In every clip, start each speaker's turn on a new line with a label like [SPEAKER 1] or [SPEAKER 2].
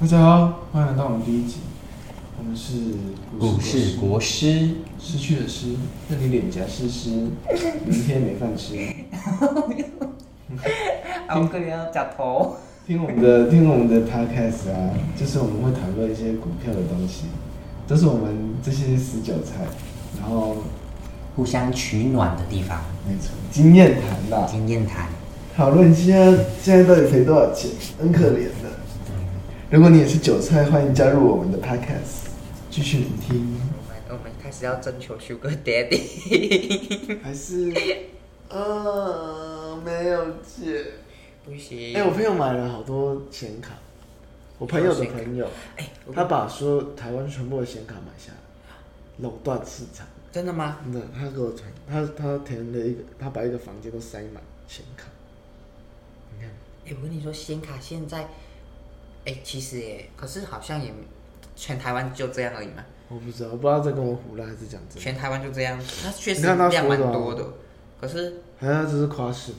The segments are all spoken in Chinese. [SPEAKER 1] 大家好，欢迎来到我们第一集。我们是
[SPEAKER 2] 股市国师，
[SPEAKER 1] 失去的失，让你脸颊湿 湿，明天没饭吃。
[SPEAKER 3] 啊，我个人要夹头。
[SPEAKER 1] 听我们的听我们的 podcast 啊，就是我们会谈论一些股票的东西，都是我们这些死韭菜，然后
[SPEAKER 2] 互相取暖的地方，
[SPEAKER 1] 没错，经验谈啦，
[SPEAKER 2] 经验谈。
[SPEAKER 1] 讨论现在现在到底赔多少钱，很可怜的。如果你也是韭菜，欢迎加入我们的 podcast，继续聆听。
[SPEAKER 3] 我们我们开始要征求 Sugar Daddy，
[SPEAKER 1] 还 是，呃，没有借。
[SPEAKER 3] 不行。
[SPEAKER 1] 哎、我朋友买了好多显卡，我朋友的朋友，
[SPEAKER 3] 哎我
[SPEAKER 1] 他把所有台湾全部的显卡买下来，垄断市场。
[SPEAKER 3] 真的吗？
[SPEAKER 1] 真的，他给我传，他他填了一个，他把一个房间都塞满显卡。你看，
[SPEAKER 3] 哎、我跟你说，显卡现在，哎、其实耶，可是好像也没全台湾就这样而已嘛，
[SPEAKER 1] 我不知道，我不知道在跟我胡乱还是讲真的。
[SPEAKER 3] 全台湾就这样，它确实
[SPEAKER 1] 你看他
[SPEAKER 3] 量
[SPEAKER 1] 说
[SPEAKER 3] 蛮
[SPEAKER 1] 的啊
[SPEAKER 3] 多的，可是、
[SPEAKER 1] 好像这是夸饰吧？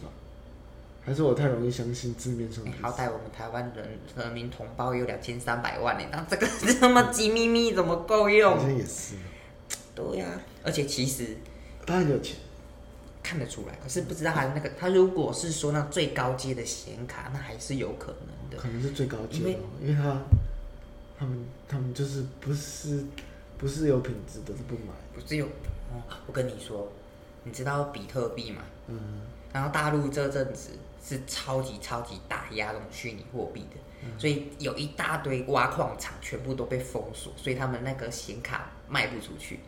[SPEAKER 1] 还是我太容易相信字面上的
[SPEAKER 3] 哎
[SPEAKER 1] 意思？
[SPEAKER 3] 好歹我们台湾人人民同胞有两千三百万呢，那这个 这么几咪咪怎么够
[SPEAKER 1] 好
[SPEAKER 3] 用？
[SPEAKER 1] 像也是，
[SPEAKER 3] 对呀、而且其实
[SPEAKER 1] 他很有钱，
[SPEAKER 3] 看得出来，可是不知道他那个，他如果是说那最高阶的显卡，那还是有可能的。
[SPEAKER 1] 可能是最高级
[SPEAKER 3] 因
[SPEAKER 1] 的
[SPEAKER 3] 为
[SPEAKER 1] 哦，因为他他们他们就是不是不是有品质的，是不买。
[SPEAKER 3] 不是有，哦，我跟你说，你知道比特币吗？
[SPEAKER 1] 嗯，
[SPEAKER 3] 然后大陆这阵子是超级超级打压这种虚拟货币的，所以有一大堆挖矿厂全部都被封锁，所以他们那个显卡卖不出去。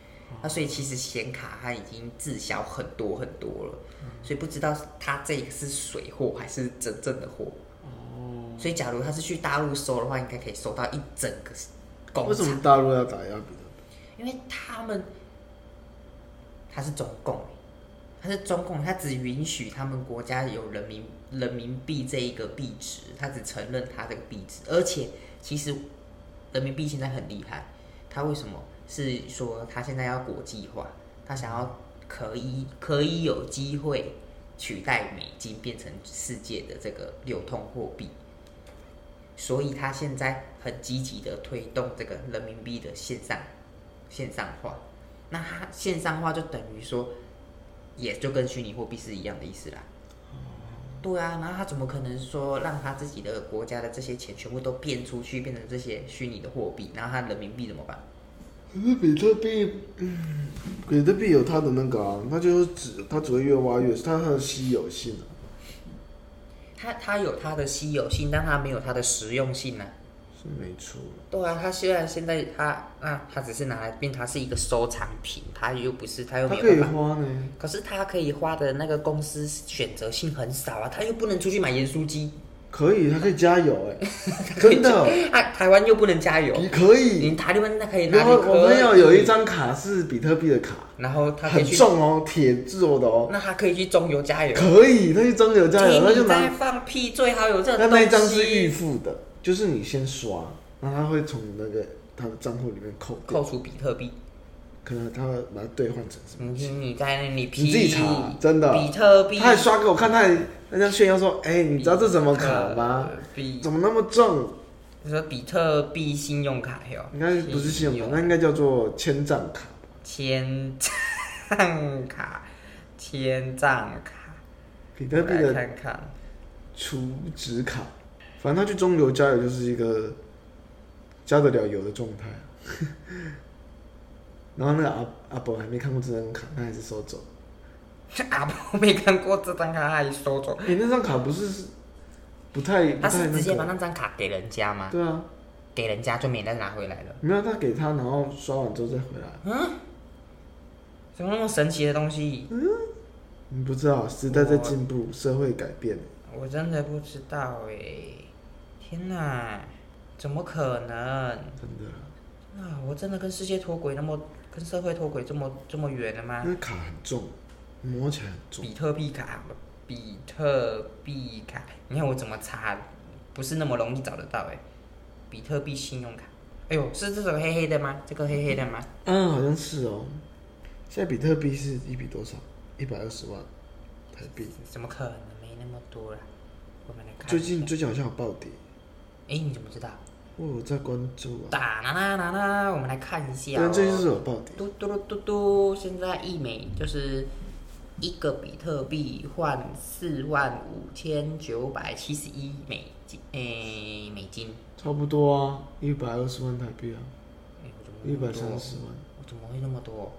[SPEAKER 3] 那所以其实显卡它已经滞销很多很多了，所以不知道它这个是水货还是真正的货。
[SPEAKER 1] 哦，
[SPEAKER 3] 所以假如他是去大陆收的话，应该可以收到一整个工
[SPEAKER 1] 为什么
[SPEAKER 3] 厂，
[SPEAKER 1] 大陆要打压比特币？
[SPEAKER 3] 因为他们他是中共欸，他是中共，他只允许他们国家有人民人民币这一个币值，他只承认他这个币值，而且其实人民币现在很厉害，他为什么是说他现在要国际化，他想要可以可以有机会取代美金变成世界的这个流通货币，所以他现在很积极的推动这个人民币的线上线上化。那它线上化就等于说，也就跟虚拟货币是一样的意思啦。对啊，然后他怎么可能说让他自己的国家的这些钱全部都变出去，变成这些虚拟的货币？然后他人民币怎么办？
[SPEAKER 1] 可是比特币，嗯，比特币有它的那个啊，那就是只它只会越挖越，它很稀有性啊。
[SPEAKER 3] 它它有它的稀有性，但它没有它的实用性呢、
[SPEAKER 1] 是没错，
[SPEAKER 3] 对啊，它虽然现在它那它只是拿来变，它是一个收藏品，它又不是，它又
[SPEAKER 1] 它
[SPEAKER 3] 没
[SPEAKER 1] 可以
[SPEAKER 3] 有办法。
[SPEAKER 1] 花呢。
[SPEAKER 3] 可是它可以花的那个公司选择性很少啊，它又不能出去买盐酥鸡，
[SPEAKER 1] 可以，它可以加油哎、 真的，哦
[SPEAKER 3] 啊，台湾又不能加油，
[SPEAKER 1] 你可以。
[SPEAKER 3] 你台湾那可以哪
[SPEAKER 1] 然
[SPEAKER 3] 里
[SPEAKER 1] 后
[SPEAKER 3] 可以？
[SPEAKER 1] 我朋友有一张卡是比特币的卡，
[SPEAKER 3] 然后他可
[SPEAKER 1] 很
[SPEAKER 3] 以去，
[SPEAKER 1] 重哦，铁做的哦，
[SPEAKER 3] 那他可以去中油加油。
[SPEAKER 1] 可以，他去中油加油，
[SPEAKER 3] 听
[SPEAKER 1] 那就
[SPEAKER 3] 你
[SPEAKER 1] 拿
[SPEAKER 3] 在放屁，最好有这
[SPEAKER 1] 那
[SPEAKER 3] 种东
[SPEAKER 1] 那
[SPEAKER 3] 西。
[SPEAKER 1] 一张是预付的，就是你先刷，然后他会从那个他的账户里面扣掉，
[SPEAKER 3] 扣除比特币，
[SPEAKER 1] 可能他会把它兑换成什么？
[SPEAKER 3] 你听你在那里屁，
[SPEAKER 1] 你自己查，真的。
[SPEAKER 3] 比特币，
[SPEAKER 1] 他还刷给我看，他还那样炫耀说：“哎、你知道这什么卡吗？
[SPEAKER 3] 比
[SPEAKER 1] 怎么那么重？
[SPEAKER 3] 你说比特币信用卡哟，
[SPEAKER 1] 应该不是信
[SPEAKER 3] 嗯
[SPEAKER 1] 用卡，那应该叫做千账卡。
[SPEAKER 3] 千账卡，千账卡，
[SPEAKER 1] 比特币
[SPEAKER 3] 我来
[SPEAKER 1] 的
[SPEAKER 3] 看看。
[SPEAKER 1] 储值卡，反正他去中油加油就是一个加得了油的状态。 然后那个阿阿伯还没看过这张卡，他还是收走。
[SPEAKER 3] 阿婆啊没看过这张卡，他还收走，
[SPEAKER 1] 哎、那张卡不是不太不
[SPEAKER 3] 他
[SPEAKER 1] 太
[SPEAKER 3] 是
[SPEAKER 1] 那
[SPEAKER 3] 直接把
[SPEAKER 1] 个？
[SPEAKER 3] 那张卡给人家吗？
[SPEAKER 1] 对啊，
[SPEAKER 3] 给人家就没再拿回来了。
[SPEAKER 1] 没有他给他，然后刷完之后再回来。
[SPEAKER 3] 怎么那么神奇的东西？
[SPEAKER 1] 你不知道时代在进步，社会改变。
[SPEAKER 3] 我真的不知道哎、天哪，怎么可能？
[SPEAKER 1] 真的，
[SPEAKER 3] 啊，我真的跟世界脱轨那么，跟社会脱轨这么这么远了吗
[SPEAKER 1] 那？个卡很重，摸起来很重。
[SPEAKER 3] 比特币卡，比特币卡，你看我怎么查，不是那么容易找得到哎、比特币信用卡，哎呦，是这种黑黑的吗？这个黑黑的吗？
[SPEAKER 1] 嗯，好像是哦。现在比特币是一比多少？一百二十万台币。
[SPEAKER 3] 怎么可能没那么多啦？我们来看一下。
[SPEAKER 1] 最近最近好像有暴跌，哦
[SPEAKER 3] 哎，你怎么知道？
[SPEAKER 1] 我有在关注啊。
[SPEAKER 3] 哒啦啦啦啦，我们来看一下、哦。
[SPEAKER 1] 但最近是有爆点，
[SPEAKER 3] 嘟嘟嘟嘟嘟，现在一美就是一个比特币换四万五千九百七十一美金，诶、美金，
[SPEAKER 1] 差不多啊，一百二十万台币啊，
[SPEAKER 3] 哎、我怎么会
[SPEAKER 1] 一
[SPEAKER 3] 那
[SPEAKER 1] 百
[SPEAKER 3] 么多
[SPEAKER 1] 三十万。
[SPEAKER 3] 我怎么会那么多？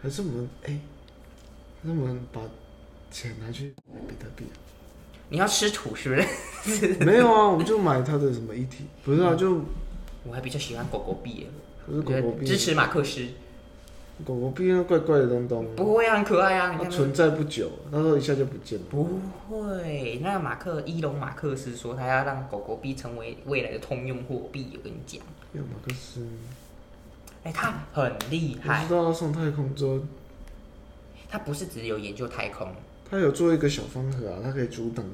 [SPEAKER 1] 还是我们哎，还是我们把钱拿去买比特币啊？
[SPEAKER 3] 你要吃土是不是？
[SPEAKER 1] 没有啊，我们就买它的什么一体，不是啊，就
[SPEAKER 3] 我还比较喜欢狗狗币耶，
[SPEAKER 1] 可是
[SPEAKER 3] 我觉
[SPEAKER 1] 狗
[SPEAKER 3] 得
[SPEAKER 1] 狗币，啊
[SPEAKER 3] 支持马克思，
[SPEAKER 1] 狗狗币啊那怪怪的东东，
[SPEAKER 3] 不会啊，很可爱啊，你
[SPEAKER 1] 它
[SPEAKER 3] 看
[SPEAKER 1] 存在不久，它说一下就不见了。
[SPEAKER 3] 不会，那马克伊隆马克思说他要让狗狗币成为未来的通用货币，我跟你讲，
[SPEAKER 1] 要马克思，
[SPEAKER 3] 哎、他很厉
[SPEAKER 1] 我
[SPEAKER 3] 害
[SPEAKER 1] 知，道他上太空之后，
[SPEAKER 3] 他不是只有研究太空，
[SPEAKER 1] 他有做一个小方盒啊，它可以阻挡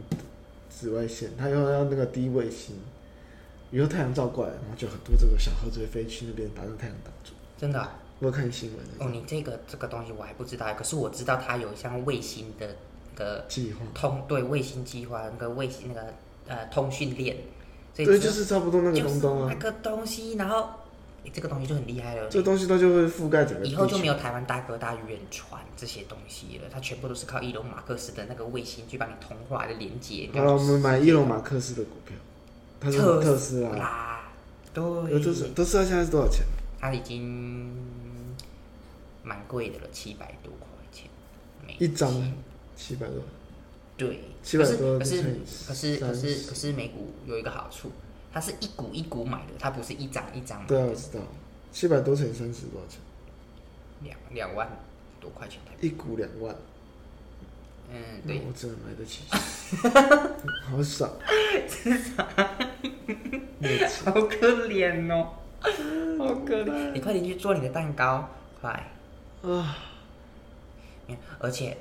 [SPEAKER 1] 紫外线，它又要那个低卫星，以后太阳照过来，然后就很多这个小盒子会飞去那边，把那个太阳挡住。
[SPEAKER 3] 真的啊、
[SPEAKER 1] 我有看新闻
[SPEAKER 3] 哦，
[SPEAKER 1] 的
[SPEAKER 3] 你这个这个东西我还不知道，可是我知道它有像卫星的的嗯
[SPEAKER 1] 计划，
[SPEAKER 3] 通对卫星计划那个卫星那个呃通讯链，所以
[SPEAKER 1] 对，
[SPEAKER 3] 只
[SPEAKER 1] 就是差不多那个东东
[SPEAKER 3] 就是
[SPEAKER 1] 啊
[SPEAKER 3] 那，个东西，然后你这个东西就很厉害了，
[SPEAKER 1] 这东西它就会覆盖整个地
[SPEAKER 3] 以
[SPEAKER 1] 球
[SPEAKER 3] 后就。没有台湾大哥大远传这些东西了，它全部都是靠伊隆马克思的那个卫星去帮你通话的连接。
[SPEAKER 1] 好了，我们买伊隆马克思的股票，它是特斯
[SPEAKER 3] 特斯
[SPEAKER 1] 拉，
[SPEAKER 3] 拉，哦
[SPEAKER 1] 呃特斯
[SPEAKER 3] 对，
[SPEAKER 1] 特斯拉现在是多少钱？
[SPEAKER 3] 它已经蛮贵的了，七百多块钱美
[SPEAKER 1] 一张
[SPEAKER 3] 金
[SPEAKER 1] 七百多，
[SPEAKER 3] 对，
[SPEAKER 1] 700多
[SPEAKER 3] 可是
[SPEAKER 1] 乘以
[SPEAKER 3] 可是可是可是
[SPEAKER 1] 30
[SPEAKER 3] 可是美股有一个好处，它是一股一股买的，它不是一张一张买
[SPEAKER 1] 对啊，
[SPEAKER 3] 的
[SPEAKER 1] 我，知道，七百多乘以三十多少钱？
[SPEAKER 3] 两两万多块钱台币。
[SPEAKER 1] 一股两万，
[SPEAKER 3] 嗯，
[SPEAKER 1] 那
[SPEAKER 3] 对，
[SPEAKER 1] 我只能买得 起，好傻，真傻，
[SPEAKER 3] 好可怜哦，好可怜。你快点去做你的蛋糕，快！
[SPEAKER 1] 啊，
[SPEAKER 3] 而且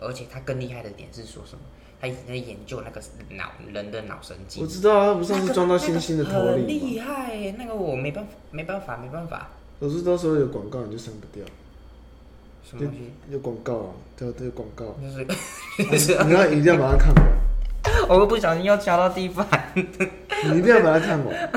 [SPEAKER 3] 而且它更厉害的点是说什么？它在研究那个脑人的脑神经
[SPEAKER 1] 我。知道啊，他不
[SPEAKER 3] 那
[SPEAKER 1] 上次
[SPEAKER 3] 个
[SPEAKER 1] 装到星星的
[SPEAKER 3] 那个
[SPEAKER 1] 头
[SPEAKER 3] 很
[SPEAKER 1] 里
[SPEAKER 3] 厉
[SPEAKER 1] 吗？
[SPEAKER 3] 害耶！那个我没办法，没办法，没办法。
[SPEAKER 1] 可是到时候有广告你就删不掉，
[SPEAKER 3] 什么
[SPEAKER 1] 有
[SPEAKER 3] 东西？
[SPEAKER 1] 有广告啊，对啊，对有广 告，
[SPEAKER 3] 就是就是
[SPEAKER 1] 你要一定要把它看完，
[SPEAKER 3] 我又不小心又敲到 地板，
[SPEAKER 1] 你一定要把它看完，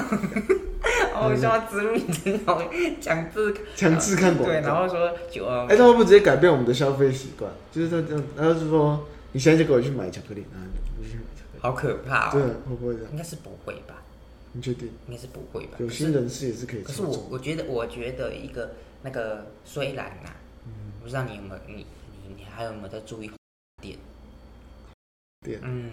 [SPEAKER 3] 哦我笑到植入你这种强制
[SPEAKER 1] 强制看广
[SPEAKER 3] 对，然
[SPEAKER 1] 告。
[SPEAKER 3] 后说就呃
[SPEAKER 1] 哎，他会不会直接改变我们的消费习惯？就是他这样，他就是说，你现在就给我去买巧克力，然后你就去买巧克力。
[SPEAKER 3] 好可怕
[SPEAKER 1] 对
[SPEAKER 3] 哦，，
[SPEAKER 1] 会不会这样？
[SPEAKER 3] 应该是不会吧？
[SPEAKER 1] 你确定？
[SPEAKER 3] 应该是不会吧？
[SPEAKER 1] 有心人士也是可以
[SPEAKER 3] 可
[SPEAKER 1] 操
[SPEAKER 3] 是我
[SPEAKER 1] 纵。
[SPEAKER 3] 我觉得，我觉得一个那个虽然呐、我不知道你有没有你你你还有没有在注意点？
[SPEAKER 1] 店
[SPEAKER 3] 嗯，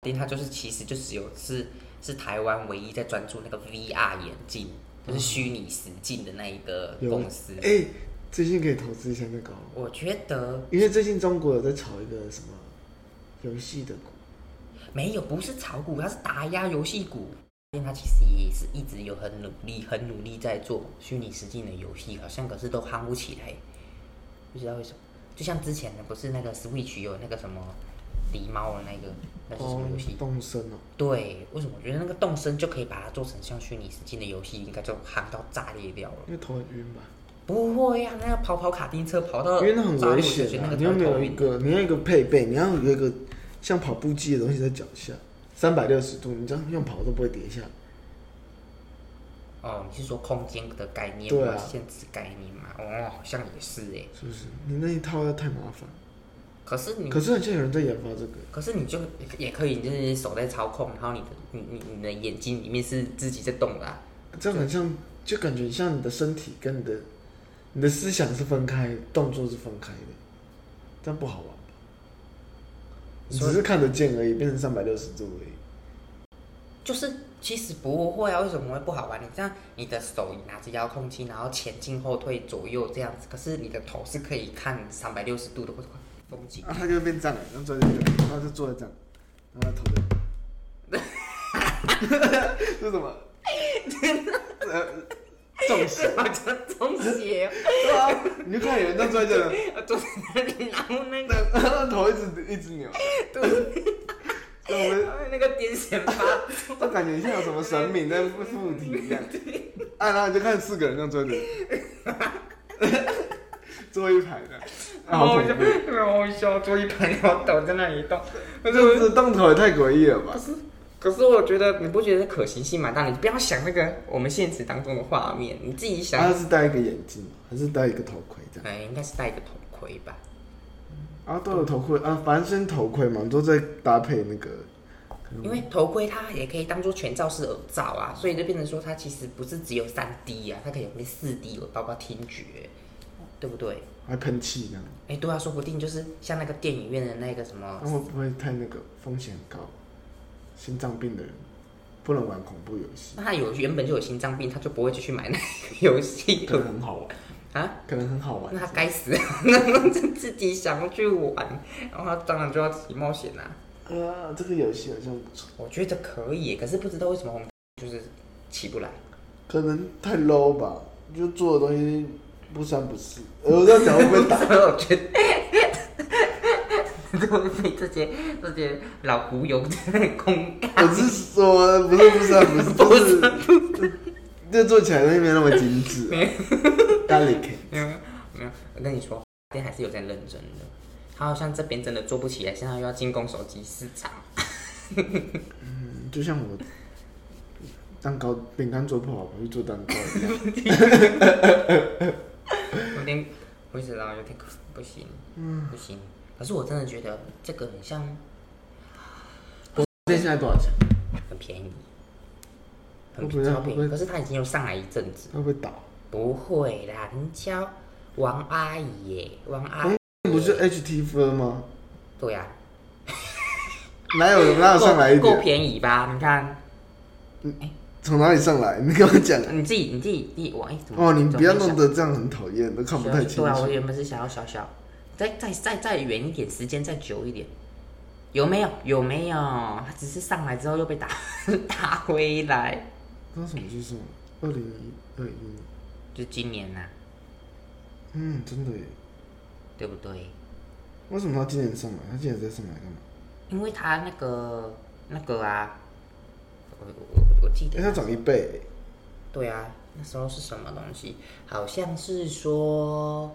[SPEAKER 3] 店它就是其实就只有是是台湾唯一在专注那个 VR 眼镜，就是虚拟实境的那一个
[SPEAKER 1] 有
[SPEAKER 3] 公司。
[SPEAKER 1] 哎，最近可以投资一下那个哦，
[SPEAKER 3] 我觉得
[SPEAKER 1] 因为最近中国有在炒一个什么游戏的股，
[SPEAKER 3] 没有，不是炒股，它是打压游戏股。它其实也是一直有很努力、很努力在做虚拟实境的游戏，好像可是都夯不起来，不知道为什么。就像之前的不是那个 Switch 有那个什么狸猫的那个，那是什么游戏？
[SPEAKER 1] 动森哦，
[SPEAKER 3] 对，为什么我觉得那个动身就可以把它做成像虚拟实境的游戏，应该就夯到炸裂掉了？
[SPEAKER 1] 因为头很晕吧，不
[SPEAKER 3] 不会呀、那要跑跑卡丁车跑到
[SPEAKER 1] 因为那很
[SPEAKER 3] 呃炸
[SPEAKER 1] 危
[SPEAKER 3] 裂我就觉
[SPEAKER 1] 险
[SPEAKER 3] 得那
[SPEAKER 1] 啊
[SPEAKER 3] 个，
[SPEAKER 1] 你又没
[SPEAKER 3] 头
[SPEAKER 1] 有
[SPEAKER 3] 晕
[SPEAKER 1] 一个，你要有一个配备，你要有一个像跑步机的东西在脚下，三百六十度，你这样用跑都不会跌下。
[SPEAKER 3] 哦，你是说空间的概念
[SPEAKER 1] 对
[SPEAKER 3] 吗？
[SPEAKER 1] 啊
[SPEAKER 3] 限制概念嘛？哦，好像也是哎。
[SPEAKER 1] 是不是？你那一套要太麻烦。
[SPEAKER 3] 可是你，
[SPEAKER 1] 可是现在有人在研发这个，
[SPEAKER 3] 可是你就也可以，就是你手在操控，然后你的你你你的眼睛里面是自己在动的、啊。
[SPEAKER 1] 这样很像，就感觉像你的身体跟你的你的思想是分开，动作是分开的，这样不好玩吧？你
[SPEAKER 3] 所以
[SPEAKER 1] 只是看得见而已，变成三百六十度而已。
[SPEAKER 3] 就是其实不会啊，为什么会不好玩？你这样，你的手拿着遥控器，然后前进后退左右这样子，可是你的头是可以看三百六十度的风 景。
[SPEAKER 1] 啊，他就变这样了，然后坐在这里，然后就坐在这样，然后他头在， 这是什么？呃，重视。
[SPEAKER 3] 好像中邪，
[SPEAKER 1] 对啊，你就看有人这样坐在这里，
[SPEAKER 3] 坐在那里，然后那个
[SPEAKER 1] 然后头一直一直扭。 对，我们
[SPEAKER 3] 啊那个癫痫发
[SPEAKER 1] 都感觉像有什么神明在附体一 样。啊，然后你就看四个人这样坐着， 坐一排
[SPEAKER 3] 哦
[SPEAKER 1] 的，啊、好恐怖！
[SPEAKER 3] 然后笑，坐一排，然后倒在那里动。
[SPEAKER 1] 这这动头也太诡异了吧？
[SPEAKER 3] 可是我觉得你不觉得可行性蛮大？你不要想那个我们现实当中的画面，你自己想。
[SPEAKER 1] 他是戴一个眼镜嘛，还是戴一个头盔这样？
[SPEAKER 3] 哎，应该是戴一个头盔吧？
[SPEAKER 1] 啊，都有头盔啊，反正先头盔嘛，都在搭配那个。嗯
[SPEAKER 3] 因为头盔它也可以当做全罩式耳罩啊，所以就变成说它其实不是只有三 D 啊，它可以有四 D，有包括听觉，对不对？
[SPEAKER 1] 还喷气这样，
[SPEAKER 3] 哎，对啊，说不定就是像那个电影院的那个什么
[SPEAKER 1] 那会不会太那个风险很高？心脏病的人不能玩恐怖游戏，
[SPEAKER 3] 那他有原本就有心脏病，他就不会继续买那个游戏
[SPEAKER 1] 可
[SPEAKER 3] 了
[SPEAKER 1] 能很好玩，
[SPEAKER 3] 啊？
[SPEAKER 1] 可能很好玩
[SPEAKER 3] 那。他该死，啊 那那自己想要去玩，然后他当然就要自己冒险啦、
[SPEAKER 1] 啊，这个游戏好像不错，
[SPEAKER 3] 我觉得可以耶，可是不知道为什么我们就是 起不来。
[SPEAKER 1] 可能太 low 吧，就做的东西不三不四。呃我在讲会不会打？
[SPEAKER 3] 所以我觉得这些这些这些老狐友 在公干，
[SPEAKER 1] 我是说不是不三不四，就是 就做起来东西没那么精致、啊。大力 K，
[SPEAKER 3] 没有没有，嗯我跟你说，今天还是有在认真的。他好像这边真的做不起来，现在又要进攻手机市场。
[SPEAKER 1] 嗯就像我蛋糕饼干做不好，我去做蛋糕一样。
[SPEAKER 3] 有点不知道，有点可不行，嗯，不行。可是我真的觉得这个很像
[SPEAKER 1] 这现在多少钱？
[SPEAKER 3] 很便宜，
[SPEAKER 1] 会
[SPEAKER 3] 很
[SPEAKER 1] 不会
[SPEAKER 3] 超
[SPEAKER 1] 会
[SPEAKER 3] 便
[SPEAKER 1] 不会
[SPEAKER 3] 宜。可是它已经又上来一阵子，
[SPEAKER 1] 会不会倒？
[SPEAKER 3] 不会啦，人家王阿姨耶，王阿姨
[SPEAKER 1] 嗯，不是 HT 分吗？
[SPEAKER 3] 对呀、
[SPEAKER 1] 哪有哪
[SPEAKER 3] 啊，
[SPEAKER 1] 有上来一
[SPEAKER 3] 够够
[SPEAKER 1] 点？
[SPEAKER 3] 便宜吧？你看
[SPEAKER 1] 从哪里上来？你跟我 讲。
[SPEAKER 3] 你自己，你自己，你我哎，怎么
[SPEAKER 1] 哦，你不要弄
[SPEAKER 3] 怎么
[SPEAKER 1] 得这样很讨厌，都看不太
[SPEAKER 3] 小
[SPEAKER 1] 清
[SPEAKER 3] 对啊，我
[SPEAKER 1] 楚。
[SPEAKER 3] 原本是想要小小，再再再再远一点，时间再久一点，有没有？有没有？他只是上来之后又被打 打回来。
[SPEAKER 1] 那什么剧是吗？二零一二一，
[SPEAKER 3] 就今年呐、
[SPEAKER 1] 嗯，真的耶。
[SPEAKER 3] 对不对？
[SPEAKER 1] 为什么他今年上来？他今年再上来干嘛？
[SPEAKER 3] 因为他那个那个啊，我我我记
[SPEAKER 1] 哎，他
[SPEAKER 3] 得，
[SPEAKER 1] 涨一倍耶，
[SPEAKER 3] 对啊，那时候是什么东西？好像是说，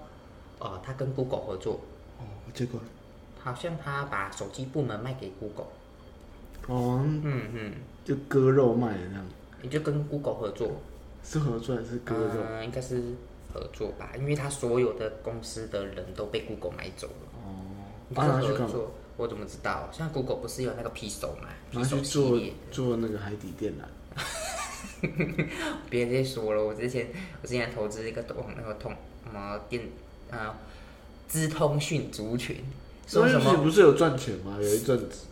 [SPEAKER 3] 哦，他跟 Google 合作，
[SPEAKER 1] 哦，结果，
[SPEAKER 3] 好像他把手机部门卖给 Google，
[SPEAKER 1] 哦，
[SPEAKER 3] 嗯嗯，
[SPEAKER 1] 就割肉卖的那样，
[SPEAKER 3] 也就跟 Google 合作，
[SPEAKER 1] 是合作还是割肉？
[SPEAKER 3] 嗯，应该是合作吧，因为他所有的公司的人都被 Google 买走了，
[SPEAKER 1] 哦，
[SPEAKER 3] 你
[SPEAKER 1] 把
[SPEAKER 3] 看
[SPEAKER 1] 它拿去
[SPEAKER 3] 合
[SPEAKER 1] 干嘛？
[SPEAKER 3] 作，我怎么知道？像 Google 不是有那个 P 手嘛，P
[SPEAKER 1] 拿去
[SPEAKER 3] 手系
[SPEAKER 1] 做
[SPEAKER 3] 列。
[SPEAKER 1] 做那个海底电缆。
[SPEAKER 3] 别再说了，我之前我之前投资一个网那个通什么电呃资通讯族群，说什
[SPEAKER 1] 所以
[SPEAKER 3] 么
[SPEAKER 1] 不是有赚钱吗？有一阵子，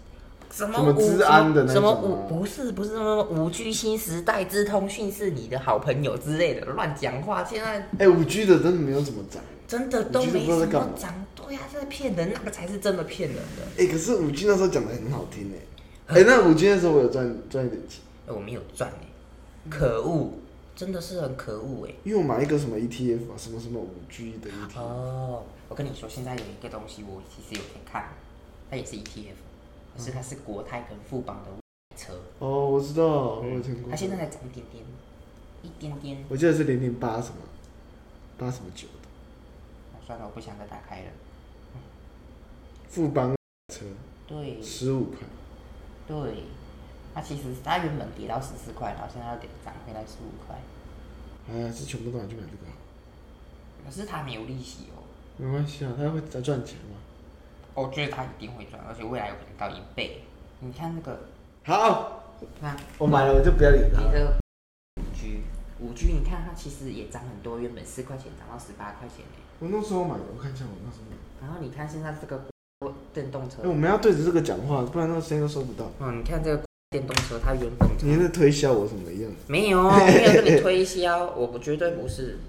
[SPEAKER 3] 什
[SPEAKER 1] 什么
[SPEAKER 3] 么
[SPEAKER 1] 资安的那
[SPEAKER 3] 什么
[SPEAKER 1] 种啊吗
[SPEAKER 3] 五不是不是什么五 G 新时代资通讯是你的好朋友之类的乱讲话，现在
[SPEAKER 1] 哎，五 G 的真的没有怎么涨。
[SPEAKER 3] 真的都
[SPEAKER 1] 你就是
[SPEAKER 3] 没
[SPEAKER 1] 不知道
[SPEAKER 3] 什
[SPEAKER 1] 在干嘛
[SPEAKER 3] 么涨，对呀、这是骗人，那个才是真的骗人的。
[SPEAKER 1] 哎，可是五 G 那时候讲的很好听哎。
[SPEAKER 3] 啊
[SPEAKER 1] 哎，那五 G 那时候我有赚赚一点钱。
[SPEAKER 3] 哎我没有赚哎、可恶，真的是很可恶哎、
[SPEAKER 1] 因为我买一个什么 ETF 啊，什么什么五 G 的 E ETF，、
[SPEAKER 3] 哦，我跟你说，现在有一个东西，我其实有在看，它也是 ETF，可是它是国泰跟富邦的车，
[SPEAKER 1] 哦，我知道，我有听过。
[SPEAKER 3] 它嗯啊现在才涨一点点，一点点。
[SPEAKER 1] 我记得是零零八什么八什么九的
[SPEAKER 3] 哦算了，我不想再打开了。
[SPEAKER 1] 富邦车
[SPEAKER 3] 对
[SPEAKER 1] 十五块，
[SPEAKER 3] 对，它其实它原本跌到十四块，然后现在又跌涨回来十五块，
[SPEAKER 1] 哎呀，是全部都拿去买这个好，
[SPEAKER 3] 可是它没有利息哦。
[SPEAKER 1] 没关系啊，它会再赚钱嘛。
[SPEAKER 3] 我觉得它一定会赚，而且未来有可能到一倍。你看那个，
[SPEAKER 1] 好，
[SPEAKER 3] 那
[SPEAKER 1] 我买了我就不要理它
[SPEAKER 3] 你
[SPEAKER 1] 了。
[SPEAKER 3] 的五 G，五 G 你看它其实也涨很多，原本四块钱涨到十八块钱呢。
[SPEAKER 1] 我那时候买的，我看一下我那时候买的。
[SPEAKER 3] 然后你看现在这个电动车
[SPEAKER 1] 哎、，我们要对着这个讲话，不然那个声音都收不到。
[SPEAKER 3] 嗯，你看这个电动车，它原本
[SPEAKER 1] 你在推销我什么一样？
[SPEAKER 3] 没有没有跟你推销，我不绝对不是，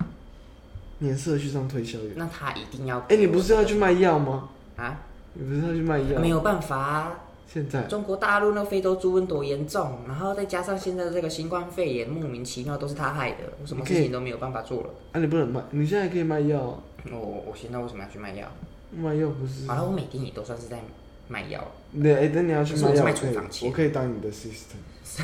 [SPEAKER 1] 你很适合去当推销员。
[SPEAKER 3] 那他一定要
[SPEAKER 1] 哎、你不是要去卖药吗？
[SPEAKER 3] 啊？
[SPEAKER 1] 你不是要去卖药？
[SPEAKER 3] 没有办法、啊，
[SPEAKER 1] 现在
[SPEAKER 3] 中国大陆那非洲猪瘟多严重，然后再加上现在这个新冠肺炎，莫名其妙都是他害的，我什么事情都没有办法做了。
[SPEAKER 1] 啊，你不能卖，你现在可以卖药、啊。
[SPEAKER 3] 我我现在为什么要去卖药？
[SPEAKER 1] 卖药不是
[SPEAKER 3] 好了，我每天也都算是在卖药，
[SPEAKER 1] 你哎，等你要去卖
[SPEAKER 3] 可是
[SPEAKER 1] 药，
[SPEAKER 3] 我是卖
[SPEAKER 1] 我
[SPEAKER 3] 处
[SPEAKER 1] 可以
[SPEAKER 3] 方签
[SPEAKER 1] 我可以当你的 system，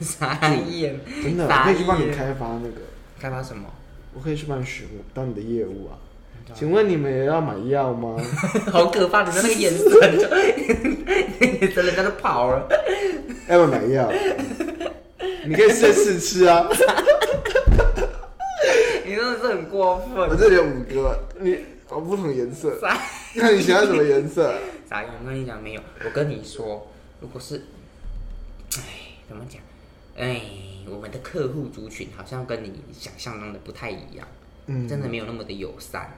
[SPEAKER 3] 傻眼，
[SPEAKER 1] 嗯真的，我
[SPEAKER 3] 傻
[SPEAKER 1] 可以去帮你
[SPEAKER 3] 眼
[SPEAKER 1] 开发那个，
[SPEAKER 3] 开发什么？
[SPEAKER 1] 我可以去帮你询问当你的业务啊。 请问你们也要买药 吗？
[SPEAKER 3] 好可怕！你的那个眼神就，你的眼神人家都跑了。
[SPEAKER 1] 要哎不要买药？你可以试试吃啊。
[SPEAKER 3] 你真的是很过
[SPEAKER 1] 我
[SPEAKER 3] 分。
[SPEAKER 1] 这里有五个，你哦不同颜色，
[SPEAKER 3] 傻
[SPEAKER 1] 那你喜欢什么颜色？
[SPEAKER 3] 傻眼，我跟你讲没有，我跟你说，如果是，哎，怎么讲？哎，我们的客户族群好像跟你想象中的不太一样，
[SPEAKER 1] 嗯，
[SPEAKER 3] 真的没有那么的友善。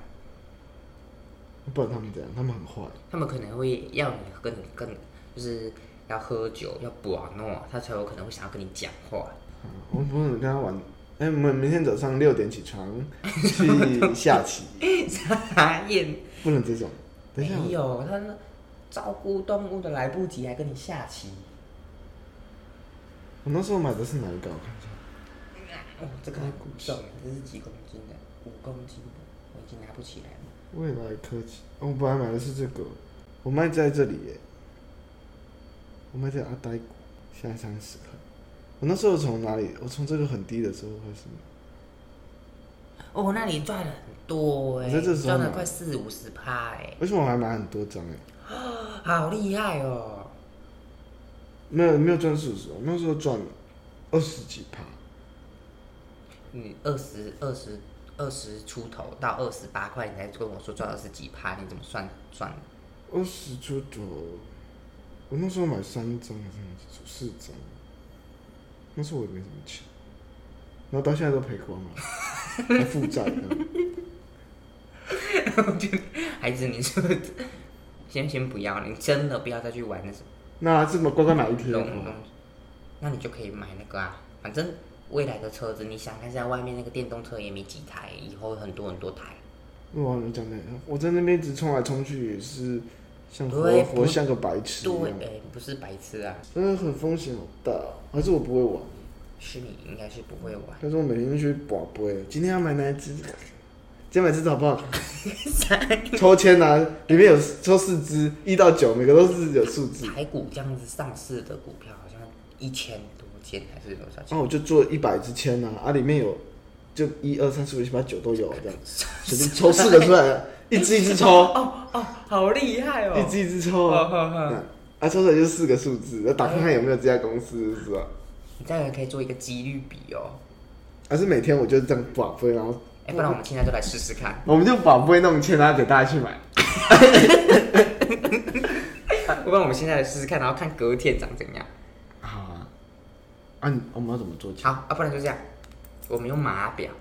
[SPEAKER 1] 不然他们怎样？他们很坏。啊
[SPEAKER 3] 他们可能会要你跟你跟你就是要喝酒，要把弄，啊他才有可能会想要跟你讲话。
[SPEAKER 1] 嗯我们不能跟他玩。哎、我们明天早上六点起 床去下棋，
[SPEAKER 3] 傻眼，
[SPEAKER 1] 不能这种。 等一下，
[SPEAKER 3] 没有，他那照顾动物的来不及，还跟你下棋。
[SPEAKER 1] 我那时候买的是哪一个？我看一下。
[SPEAKER 3] 哦，这个很古重，这是几公斤的？五公斤的，我已经拿不起来了。
[SPEAKER 1] 未来科技，哦我本来买的是这个，我卖在这里耶，我卖在阿呆谷，现在三十块。我那时候从哪里？我从这个很低的时候开始买，
[SPEAKER 3] 哦，那你赚了很多哎、
[SPEAKER 1] 我在这时候
[SPEAKER 3] 赚了
[SPEAKER 1] 买
[SPEAKER 3] 快四五十趴哎，
[SPEAKER 1] 而且我还买很多张哎，
[SPEAKER 3] 啊好厉害哦！
[SPEAKER 1] 没有没有赚四十，我那时候赚二十几趴，
[SPEAKER 3] 你嗯二十二十二十出头到二十八块，你才跟我说赚二十几趴，你怎么算算 的？
[SPEAKER 1] 二十出头。我那时候买三张还是四张，那时候我也没什么钱，然后到现在都赔光了，还负债呢。
[SPEAKER 3] 孩子，你是不是先先不要，你真的不要再去玩那什么
[SPEAKER 1] 那这么乖乖买一天
[SPEAKER 3] 东
[SPEAKER 1] 哦
[SPEAKER 3] 东，那你就可以买那个啊。反正未来的车子，你想看现在外面那个电动车也没几台，以后很多很多台。
[SPEAKER 1] 哇，你讲的，我在那边一直冲来冲去，也是像活
[SPEAKER 3] 对
[SPEAKER 1] 活
[SPEAKER 3] 不
[SPEAKER 1] 像个白痴一
[SPEAKER 3] 对，
[SPEAKER 1] 样
[SPEAKER 3] 哎、，不是白痴啊，
[SPEAKER 1] 真的很风险好大哦。还是我不会玩，
[SPEAKER 3] 是你应该是不会玩。
[SPEAKER 1] 但是我每天去把杯，今天要买哪一只？今天买这只好不好？ 抽签啊，里面有抽四只，一到九，每个都是有数字。
[SPEAKER 3] 台股这样子上市的股票好像一千多间还是多少
[SPEAKER 1] 然
[SPEAKER 3] 间？
[SPEAKER 1] 后我就做一百支签啊，啊，里面有就一二三四五六七八九都有这样，随便抽四个出来，一只一只抽，
[SPEAKER 3] 哦哦，好厉害
[SPEAKER 1] 一只一只抽啊。嗯啊，抽出来就是四个数字，要打看看有没有这家公司，是吧？
[SPEAKER 3] 你这样可以做一个几率比哦。
[SPEAKER 1] 还是每天我就这样把杯，然后
[SPEAKER 3] 哎、不然我们现在就来试试看。
[SPEAKER 1] 我们就把杯弄签，然后给大家去买。
[SPEAKER 3] 不然我们现在来试试看，然后看隔天长怎样。
[SPEAKER 1] 好啊，啊，你我们要怎么做签？
[SPEAKER 3] 好啊，不然就这样，我们用码表，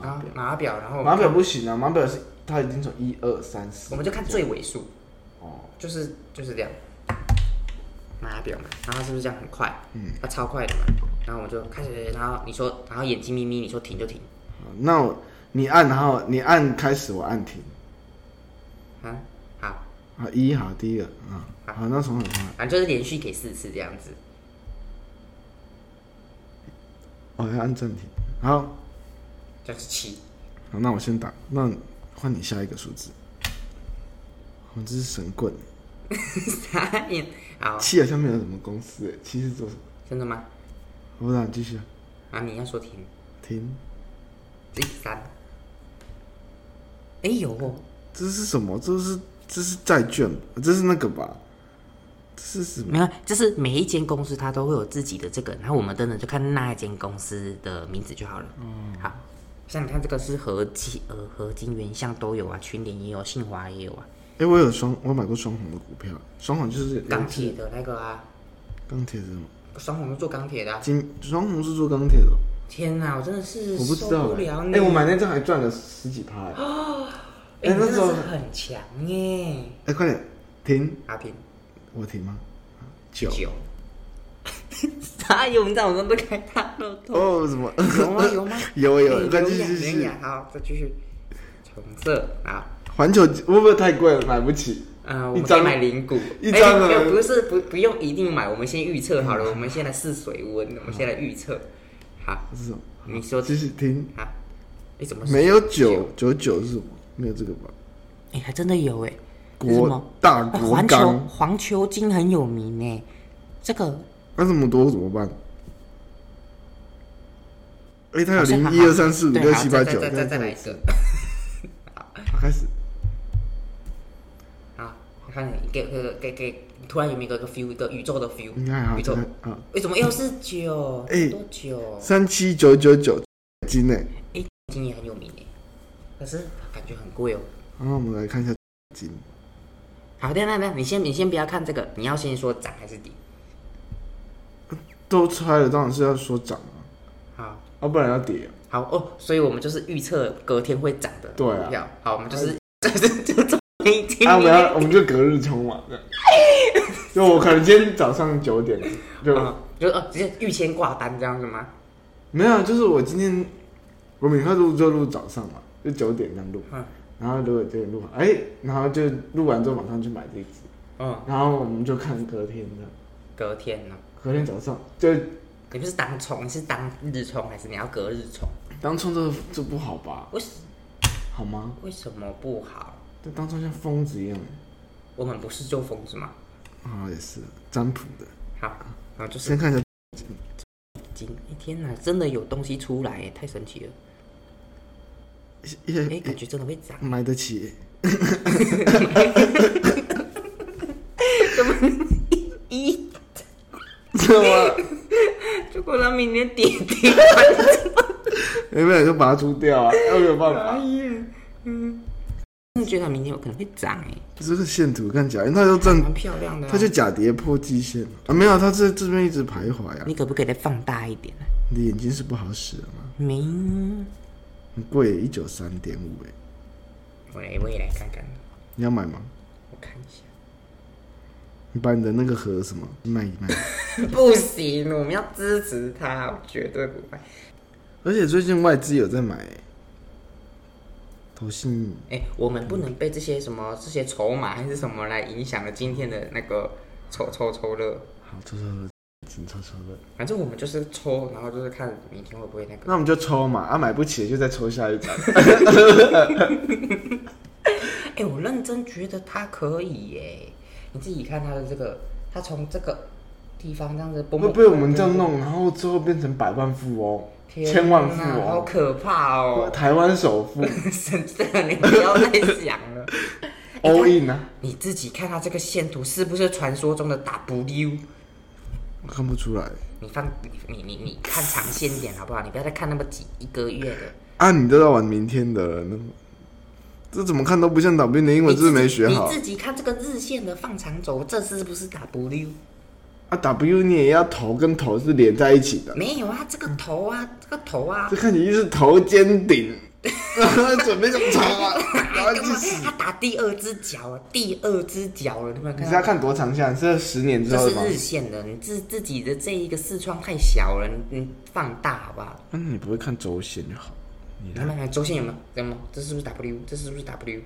[SPEAKER 3] 啊码表，然后我们
[SPEAKER 1] 码表
[SPEAKER 3] 看，
[SPEAKER 1] 不行啊，码表是它已经从一二三四，
[SPEAKER 3] 我们就看最尾数，
[SPEAKER 1] 哦，
[SPEAKER 3] 就是就是这样，码表嘛，然后是不是这样很快？
[SPEAKER 1] 嗯，
[SPEAKER 3] 它超快的嘛，然后我们就开始，然后你说，然后眼睛眯眯，你说停就停，
[SPEAKER 1] 好那我你按，然后你按开始，我按停。
[SPEAKER 3] 啊，好，
[SPEAKER 1] 啊，一好，第一个啊，
[SPEAKER 3] 好
[SPEAKER 1] 好，那从哪看？
[SPEAKER 3] 反正啊就是连续给四次这样子，
[SPEAKER 1] 哦，要按暂停。好，
[SPEAKER 3] 就是七，
[SPEAKER 1] 好，那我先打，那换你下一个数字。我这是神棍，
[SPEAKER 3] 傻眼，好，
[SPEAKER 1] 七好像没有什么公司诶，七是做什么？
[SPEAKER 3] 真的吗？
[SPEAKER 1] 我不然继续啊，
[SPEAKER 3] 啊，你要说停，
[SPEAKER 1] 停。
[SPEAKER 3] 一三，哎呦，
[SPEAKER 1] 这是什么？这是这是债券，这是那个吧？这是什么？
[SPEAKER 3] 没有，就是每一间公司它都会有自己的这个，然后我们真的就看那一间公司的名字就好了。嗯，好，像你看这个是合金，呃，合金原像都有啊，群联也有，信华也有啊，
[SPEAKER 1] 哎、我有双，我买过双红的股票，双红就是
[SPEAKER 3] 钢铁的那个啊，
[SPEAKER 1] 钢铁的吗
[SPEAKER 3] 双红是做钢铁的、啊。
[SPEAKER 1] 金双红是做钢铁的，哦
[SPEAKER 3] 天哪，我真的
[SPEAKER 1] 我
[SPEAKER 3] 是
[SPEAKER 1] 不知道
[SPEAKER 3] 受不
[SPEAKER 1] 哎、
[SPEAKER 3] 了
[SPEAKER 1] 哎
[SPEAKER 3] 你。、
[SPEAKER 1] 我买那张还赚了十几趴哎、
[SPEAKER 3] 哎、
[SPEAKER 1] 哎
[SPEAKER 3] 你
[SPEAKER 1] 那
[SPEAKER 3] 真
[SPEAKER 1] 时候
[SPEAKER 3] 的是很强耶，
[SPEAKER 1] 哎、快点停，
[SPEAKER 3] 阿平
[SPEAKER 1] 我停吗？九
[SPEAKER 3] 九。 啥有？你知道我真的开大乐透？
[SPEAKER 1] 哦，什么
[SPEAKER 3] 有 吗？有吗？
[SPEAKER 1] 有有，
[SPEAKER 3] 哎
[SPEAKER 1] 快
[SPEAKER 3] 有
[SPEAKER 1] 继续
[SPEAKER 3] 呀
[SPEAKER 1] 继
[SPEAKER 3] 有
[SPEAKER 1] 续
[SPEAKER 3] 呀。好，再继续。橙色啊。
[SPEAKER 1] 环球会不会太贵了？买不起。
[SPEAKER 3] 嗯，我
[SPEAKER 1] 一
[SPEAKER 3] 们可以
[SPEAKER 1] 张
[SPEAKER 3] 买零股，
[SPEAKER 1] 一张啊
[SPEAKER 3] 哎
[SPEAKER 1] 呢
[SPEAKER 3] 不不是不不用一定买，我们先预测好了，我们先来试水温，我们先来预测。好，
[SPEAKER 1] 这是什么？
[SPEAKER 3] 你说
[SPEAKER 1] 继续停，
[SPEAKER 3] 好，哎，怎么
[SPEAKER 1] 没有九？九九是什么？没有这个吧？
[SPEAKER 3] 哎，还真的有哎，这是什
[SPEAKER 1] 国
[SPEAKER 3] 么
[SPEAKER 1] 大
[SPEAKER 3] 哦
[SPEAKER 1] 国
[SPEAKER 3] 环球
[SPEAKER 1] 钢，
[SPEAKER 3] 环球金很有名哎，这个
[SPEAKER 1] 那这么多怎么办？哎、它有
[SPEAKER 3] 好像
[SPEAKER 1] 零
[SPEAKER 3] 还
[SPEAKER 1] 一
[SPEAKER 3] 好
[SPEAKER 1] 二三四五
[SPEAKER 3] 对
[SPEAKER 1] 六
[SPEAKER 3] 好
[SPEAKER 1] 七八
[SPEAKER 3] 再
[SPEAKER 1] 九，
[SPEAKER 3] 再再再来一
[SPEAKER 1] 次
[SPEAKER 3] 个。
[SPEAKER 1] 好开始。
[SPEAKER 3] 啊好，我看你给给给给突然有没有一个 feel，一个宇宙的 feel？
[SPEAKER 1] 应该好
[SPEAKER 3] 宇宙
[SPEAKER 1] 像啊，
[SPEAKER 3] 为什么又是九？
[SPEAKER 1] 哎
[SPEAKER 3] 多久？
[SPEAKER 1] 三七九九九金呢？
[SPEAKER 3] 今年很有名诶，可是感觉很贵哦。
[SPEAKER 1] 然后我们来看一下金，
[SPEAKER 3] 好，等一下等一下，你先你先不要看这个，你要先说涨还是跌？
[SPEAKER 1] 都猜了，当然是要说涨啊，
[SPEAKER 3] 好，
[SPEAKER 1] 要不然要跌啊。
[SPEAKER 3] 好哦，所以我们就是预测隔天会涨的
[SPEAKER 1] 对啊哎
[SPEAKER 3] 股票。好，我们就是、 就是就昨天今
[SPEAKER 1] 啊，我们
[SPEAKER 3] 天
[SPEAKER 1] 要我们就隔日冲嘛， 这样。就我可能今天早上九点就
[SPEAKER 3] 啊就哦直接预先挂单这样子吗？
[SPEAKER 1] 没有，就是我今天我每次录就录早上嘛，就九点这样录，
[SPEAKER 3] 嗯
[SPEAKER 1] 然后如果九点录好，哎、然后就录完之后马上去买这一只，
[SPEAKER 3] 嗯，
[SPEAKER 1] 然后我们就看隔天的，
[SPEAKER 3] 隔天呢？
[SPEAKER 1] 隔天早上就
[SPEAKER 3] 你不是当冲，你是当日冲还是你要隔日冲？
[SPEAKER 1] 当冲这这不好吧？
[SPEAKER 3] 为什
[SPEAKER 1] 好吗？
[SPEAKER 3] 为什么不好？
[SPEAKER 1] 这当冲像疯子一样，
[SPEAKER 3] 我们不是做疯子吗？
[SPEAKER 1] 啊也是占卜的，
[SPEAKER 3] 好，然后就是
[SPEAKER 1] 先看一下，
[SPEAKER 3] 今哎天哪，真的有东西出来耶，太神奇了！
[SPEAKER 1] 一些、
[SPEAKER 3] 哎、感觉真的会涨，
[SPEAKER 1] 买得起，
[SPEAKER 3] 咦，
[SPEAKER 1] 知道吗？
[SPEAKER 3] 结果他明天跌跌，
[SPEAKER 1] 要不然就把它出掉啊，要没有办法。
[SPEAKER 3] 嗯真的觉得他明天有可能会涨哎，
[SPEAKER 1] 这个线图看假，因为它就站，
[SPEAKER 3] 蛮漂亮的、啊。
[SPEAKER 1] 它就假跌破季线了啊，没有，它这这边一直徘徊啊。
[SPEAKER 3] 你可不可以再放大一点呢、啊？
[SPEAKER 1] 你的眼睛是不好使的吗？
[SPEAKER 3] 明，
[SPEAKER 1] 很贵，一九三点五哎，
[SPEAKER 3] 我来我也来看看，
[SPEAKER 1] 你要买吗？
[SPEAKER 3] 我看一下。
[SPEAKER 1] 你把你的那个盒什么卖一卖。
[SPEAKER 3] 不行，我们要支持他，我绝对不会。
[SPEAKER 1] 而且最近外资有在买欸，投信
[SPEAKER 3] 哎、我们不能被这些什么这些筹码还是什么来影响了今天的那个抽抽抽乐。
[SPEAKER 1] 好抽抽乐，请抽抽乐。
[SPEAKER 3] 反正我们就是抽，然后就是看明天会不会那个。
[SPEAKER 1] 那我们就抽嘛，啊买不起的就再抽下一张。
[SPEAKER 3] 哎、我认真觉得他可以耶！你自己看他的这个，他从这个地方这样子蹦蹦，
[SPEAKER 1] 会被我们这样弄，然后之后变成百万富翁、
[SPEAKER 3] 天哪，
[SPEAKER 1] 千万富
[SPEAKER 3] 好
[SPEAKER 1] 翁、
[SPEAKER 3] 可怕哦！
[SPEAKER 1] 台湾首富
[SPEAKER 3] 神圣，你不要再想了。
[SPEAKER 1] ，all in 啊！
[SPEAKER 3] 你自己看他这个线图是不是传说中的 W？
[SPEAKER 1] 我看不出来
[SPEAKER 3] 你放你你你你看长线一点好不好？你不要再看那么几一个月的。
[SPEAKER 1] 啊，你都要玩明天的了，那这怎么看都不像 W，你的英文字没学好
[SPEAKER 3] 你自己看这个日线的放长轴，这是不是 W？
[SPEAKER 1] 啊。W 你也要头跟头是连在一起的，
[SPEAKER 3] 没有啊，这个头啊，这个头啊
[SPEAKER 1] 这，看起来就是头尖顶， 准备怎么长 啊？然后
[SPEAKER 3] 干
[SPEAKER 1] 去
[SPEAKER 3] 嘛
[SPEAKER 1] 死。
[SPEAKER 3] 他打第二只脚了，第二只脚了，你们
[SPEAKER 1] 你
[SPEAKER 3] 看
[SPEAKER 1] 是要
[SPEAKER 3] 到？
[SPEAKER 1] 看多长线？是十年之
[SPEAKER 3] 这
[SPEAKER 1] 后的吗
[SPEAKER 3] 是？日线的，你自自己的这一个视窗太小了，你你放大好不好？
[SPEAKER 1] 那嗯你不会看周线就好。你
[SPEAKER 3] 你看看周线有没有？有没有？这是不是 W？这是不是 W？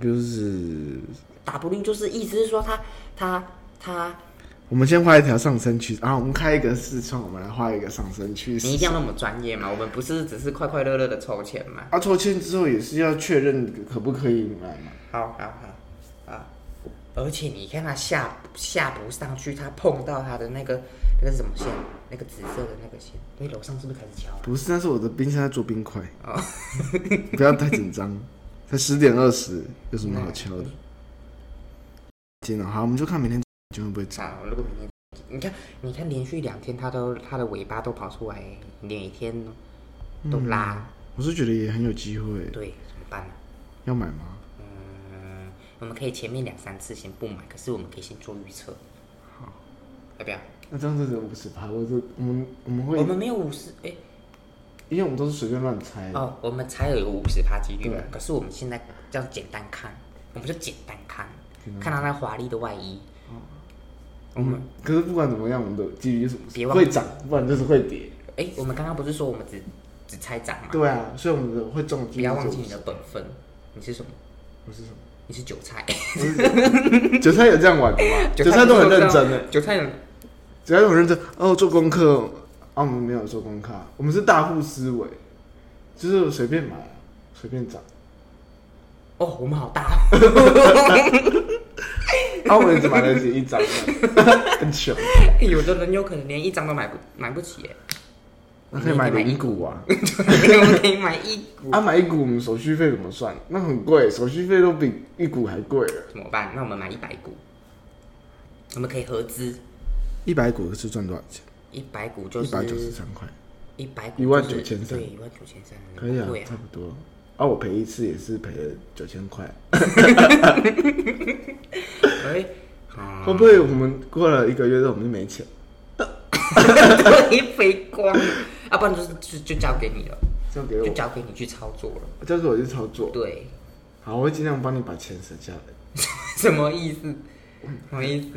[SPEAKER 1] W 是，
[SPEAKER 3] W 就是意思是说它它它，
[SPEAKER 1] 我们先画一条上升趋势，然后我们开一个视窗，我们来画一个上升趋势
[SPEAKER 3] 你一。定要那么专业嘛？我们不是只是快快乐乐的抽签嘛？
[SPEAKER 1] 啊，抽签之后也是要确认可不可以买嘛？
[SPEAKER 3] 好好好啊！而且你看它下下不上去，它碰到它的那个那个是什么线？那个紫色的那个线，所以楼上是不是开始敲啊？
[SPEAKER 1] 不是，那是我的冰箱在做冰块，
[SPEAKER 3] 哦，
[SPEAKER 1] 不要太紧张。才十点二十，有什么好敲的？
[SPEAKER 3] 嗯
[SPEAKER 1] 天哦哪，好，我们就看明天究竟会不会涨。
[SPEAKER 3] 啊，如果明天你看你看连续两天它都它的尾巴都跑出来，每天都拉，
[SPEAKER 1] 我是觉得也很有机会，
[SPEAKER 3] 对，怎么办呢？
[SPEAKER 1] 要买吗？
[SPEAKER 3] 嗯，我们可以前面两三次先不买，可是我们可以先做预测。好，要不要？
[SPEAKER 1] 那这样子五十趴，我就我们我们会
[SPEAKER 3] 我，们没有五十，哎、
[SPEAKER 1] 因为我们都是随便乱猜的。
[SPEAKER 3] 哦，我们才有五十趴几率嘛
[SPEAKER 1] 嗯对。
[SPEAKER 3] 可是我们现在要简单看，我们就简单看，
[SPEAKER 1] 嗯
[SPEAKER 3] 看到那华丽的外衣。我们
[SPEAKER 1] 可是不管怎么样，我们的几率就是五
[SPEAKER 3] 别
[SPEAKER 1] 十，
[SPEAKER 3] 忘了
[SPEAKER 1] 会涨，不然就是会跌。
[SPEAKER 3] 哎、我们刚刚不是说我们只只猜涨吗？
[SPEAKER 1] 对啊，所以我们的会中的几
[SPEAKER 3] 嗯不
[SPEAKER 1] 率
[SPEAKER 3] 要
[SPEAKER 1] 就
[SPEAKER 3] 忘记
[SPEAKER 1] 是
[SPEAKER 3] 你的本分，你是什么？
[SPEAKER 1] 我是什么？
[SPEAKER 3] 你是韭 菜，
[SPEAKER 1] 韭菜有这样玩的 吗？韭菜都很认真欸的，
[SPEAKER 3] 的，韭菜人
[SPEAKER 1] 韭菜都很认真。哦，做功课，啊，我们没有做功课啊，我们是大户思维，就是随便买啊，随便涨。
[SPEAKER 3] 哦，我们好大哦。
[SPEAKER 1] 啊，我们只买得起一 张啊，很穷。
[SPEAKER 3] 哎有的人有可能连一张都买不买不起耶。
[SPEAKER 1] 那可以买零股啊。
[SPEAKER 3] 我们可以买一股，
[SPEAKER 1] 啊，买一股我们手续费怎么算？那很贵，手续费都比一股还贵了。
[SPEAKER 3] 怎么办？那我们买一百股，我们可以合资，
[SPEAKER 1] 一百股是赚多少钱？
[SPEAKER 3] 一百股就
[SPEAKER 1] 一
[SPEAKER 3] 是
[SPEAKER 1] 百九十三块，
[SPEAKER 3] 一百股
[SPEAKER 1] 19,300
[SPEAKER 3] 对，一万九千三，
[SPEAKER 1] 可以啊
[SPEAKER 3] 对，啊
[SPEAKER 1] 差，不多。啊，我赔一次也是赔了九千块。
[SPEAKER 3] 哎，啊，
[SPEAKER 1] 嗯会不会我们过了一个月之后我们就没钱？
[SPEAKER 3] 你赔光了，要不然就是就就交给你了，
[SPEAKER 1] 这样给
[SPEAKER 3] 就
[SPEAKER 1] 我，
[SPEAKER 3] 交给你去操作了，
[SPEAKER 1] 这样给我去操作。
[SPEAKER 3] 对，
[SPEAKER 1] 好，我会尽量帮你把钱省下来。
[SPEAKER 3] 什么意思？什么意思？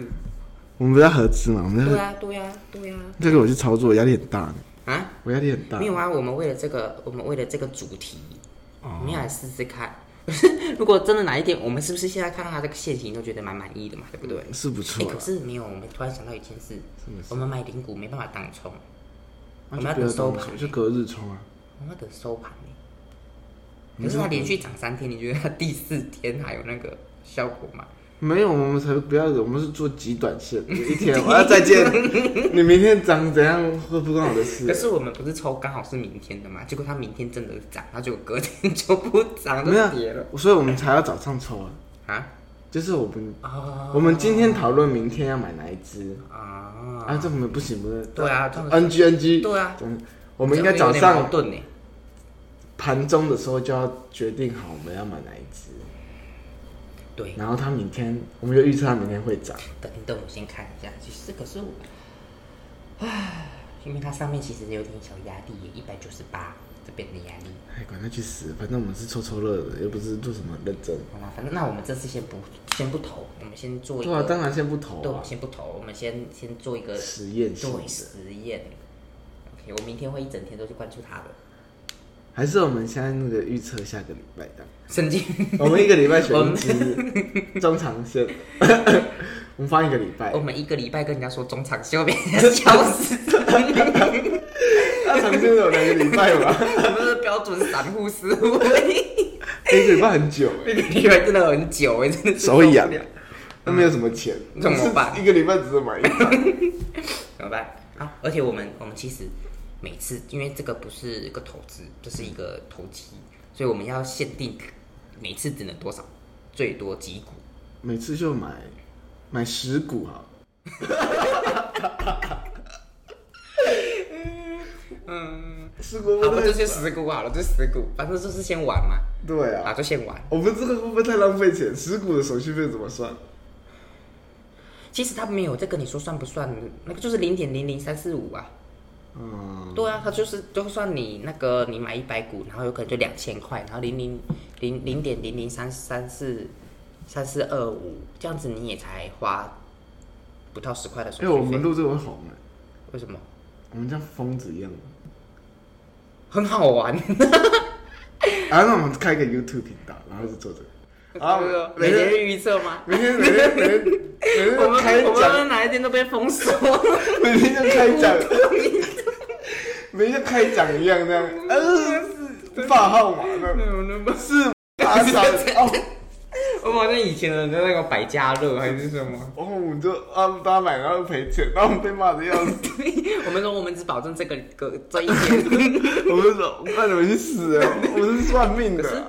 [SPEAKER 1] 我们不是要合资嘛？我们
[SPEAKER 3] 对
[SPEAKER 1] 要
[SPEAKER 3] 啊，对啊，对啊，
[SPEAKER 1] 这个我去操作，压力很大呢。
[SPEAKER 3] 啊，
[SPEAKER 1] 我压力很大
[SPEAKER 3] 没。有啊，我们为了这个，我们为了这个主题，
[SPEAKER 1] 哦
[SPEAKER 3] 我们要来试试看。 如果真的哪一点，我们是不是现在看到它这个现形都觉得蛮满意的嘛？对不对？
[SPEAKER 1] 是不
[SPEAKER 3] 哎、
[SPEAKER 1] 错啊
[SPEAKER 3] 可，是没有，我们突然想到一件事，
[SPEAKER 1] 什么事
[SPEAKER 3] 我们买零股没办法当冲，
[SPEAKER 1] 那
[SPEAKER 3] 我们
[SPEAKER 1] 啊
[SPEAKER 3] 要
[SPEAKER 1] 就不
[SPEAKER 3] 等收
[SPEAKER 1] 要
[SPEAKER 3] 盘
[SPEAKER 1] 动，就隔日冲啊。
[SPEAKER 3] 我们要等收盘呢。可是它连续涨三天，你觉得它第四天还有那个效果吗？
[SPEAKER 1] 没有，我们才不要，我们是做极短线，一 天我要再见。你明天长怎样会不关我的
[SPEAKER 3] 可
[SPEAKER 1] 事。
[SPEAKER 3] 是我们不是抽刚好是明天的嘛？结果它明天真的涨，它就隔天就不涨，就
[SPEAKER 1] 没
[SPEAKER 3] 跌了
[SPEAKER 1] 有，所以啊我们才要早上抽啊。
[SPEAKER 3] 啊
[SPEAKER 1] 就是我们，
[SPEAKER 3] 啊
[SPEAKER 1] 我们今天讨论明天要买哪一只
[SPEAKER 3] 啊！
[SPEAKER 1] 啊？这我们不行，不是？
[SPEAKER 3] 对啊这样子
[SPEAKER 1] ，NG NG。
[SPEAKER 3] 对啊
[SPEAKER 1] 嗯，我们应该早上
[SPEAKER 3] 盾呢。
[SPEAKER 1] 盘中的时候就要决定好我们要买哪一只，
[SPEAKER 3] 对，
[SPEAKER 1] 然后它明天我们就预测它明天会涨。
[SPEAKER 3] 等你等我先看一下。其实可是我，唉，因为它上面其实有点小压力耶，一百九十八这边的压力。
[SPEAKER 1] 哎，管他去死，反正我们是凑凑热的，又不是做什么很认真。
[SPEAKER 3] 好啦，反正那我们这次先不先不投，我们先做一
[SPEAKER 1] 对
[SPEAKER 3] 个，
[SPEAKER 1] 啊，当然先不投
[SPEAKER 3] 对我
[SPEAKER 1] 啊
[SPEAKER 3] 们，先不投，我们先先做一个
[SPEAKER 1] 实验性
[SPEAKER 3] 对
[SPEAKER 1] 的。
[SPEAKER 3] 实验。OK，我明天会一整天都去关注它的。
[SPEAKER 1] 还是我们现在那个预测下个礼拜这样，
[SPEAKER 3] 神经，
[SPEAKER 1] 我们一个礼拜选一只中长线， 我们放一个礼拜
[SPEAKER 3] 我，们一个礼拜跟人家说中场休，被人家笑 死。我
[SPEAKER 1] 那长线有两个礼拜 吧，
[SPEAKER 3] 们是标准散户思 维，
[SPEAKER 1] 一个礼拜很久哎，
[SPEAKER 3] 一个礼拜真的很久哎，真的是
[SPEAKER 1] 手
[SPEAKER 3] 受
[SPEAKER 1] 痒
[SPEAKER 3] 不了，
[SPEAKER 1] 那没有什么钱，
[SPEAKER 3] 怎么办
[SPEAKER 1] 就是一个礼拜只能买一张，
[SPEAKER 3] 怎么办？啊，而且我们我们其实每次，因为这个不是一个投资，这是一个投机，所以我们要限定每次只能多少，最多几股。
[SPEAKER 1] 每次就买买十股哈，
[SPEAKER 3] 嗯，
[SPEAKER 1] 十股
[SPEAKER 3] 好
[SPEAKER 1] 会不
[SPEAKER 3] 吧，
[SPEAKER 1] 会
[SPEAKER 3] 就先十股好了，就十股，反正就是先玩嘛，
[SPEAKER 1] 对
[SPEAKER 3] 啊，
[SPEAKER 1] 啊，
[SPEAKER 3] 就先玩。
[SPEAKER 1] 我们这个会不会太浪费钱？十股的手续费怎么算？
[SPEAKER 3] 其实他没有在跟你说算不算，那个就是零点零零三四五啊。
[SPEAKER 1] 嗯，
[SPEAKER 3] 对啊，他就是就算你那个你买一百股，然后有可能就两千块，然后零零零零点零零三三四三四二五这样子，你也才花不到十块的手续
[SPEAKER 1] 因为
[SPEAKER 3] 费。
[SPEAKER 1] 我们录这个会红哎，
[SPEAKER 3] 为什么？
[SPEAKER 1] 我们像疯子一样，
[SPEAKER 3] 很好玩，
[SPEAKER 1] 啊，那我们开个 YouTube 频道，然后就做这个， 啊，
[SPEAKER 3] 每天预测吗？
[SPEAKER 1] 每天每天每天每天
[SPEAKER 3] 我
[SPEAKER 1] 都
[SPEAKER 3] 们
[SPEAKER 1] 开
[SPEAKER 3] 我
[SPEAKER 1] 讲，
[SPEAKER 3] 们哪一天都被封 锁，
[SPEAKER 1] 每天就开讲，每天就开讲一样那样，呃，发号码那
[SPEAKER 3] 我们
[SPEAKER 1] 是打赏哦
[SPEAKER 3] 好像以前的那个百家乐还是什么？
[SPEAKER 1] 哦，我们就啊大家买然后赔钱，然后我们被骂的要死，
[SPEAKER 3] 我们说我们只保证这个个这一天，
[SPEAKER 1] 我们就说那你们去死啊，我们是算命的啊，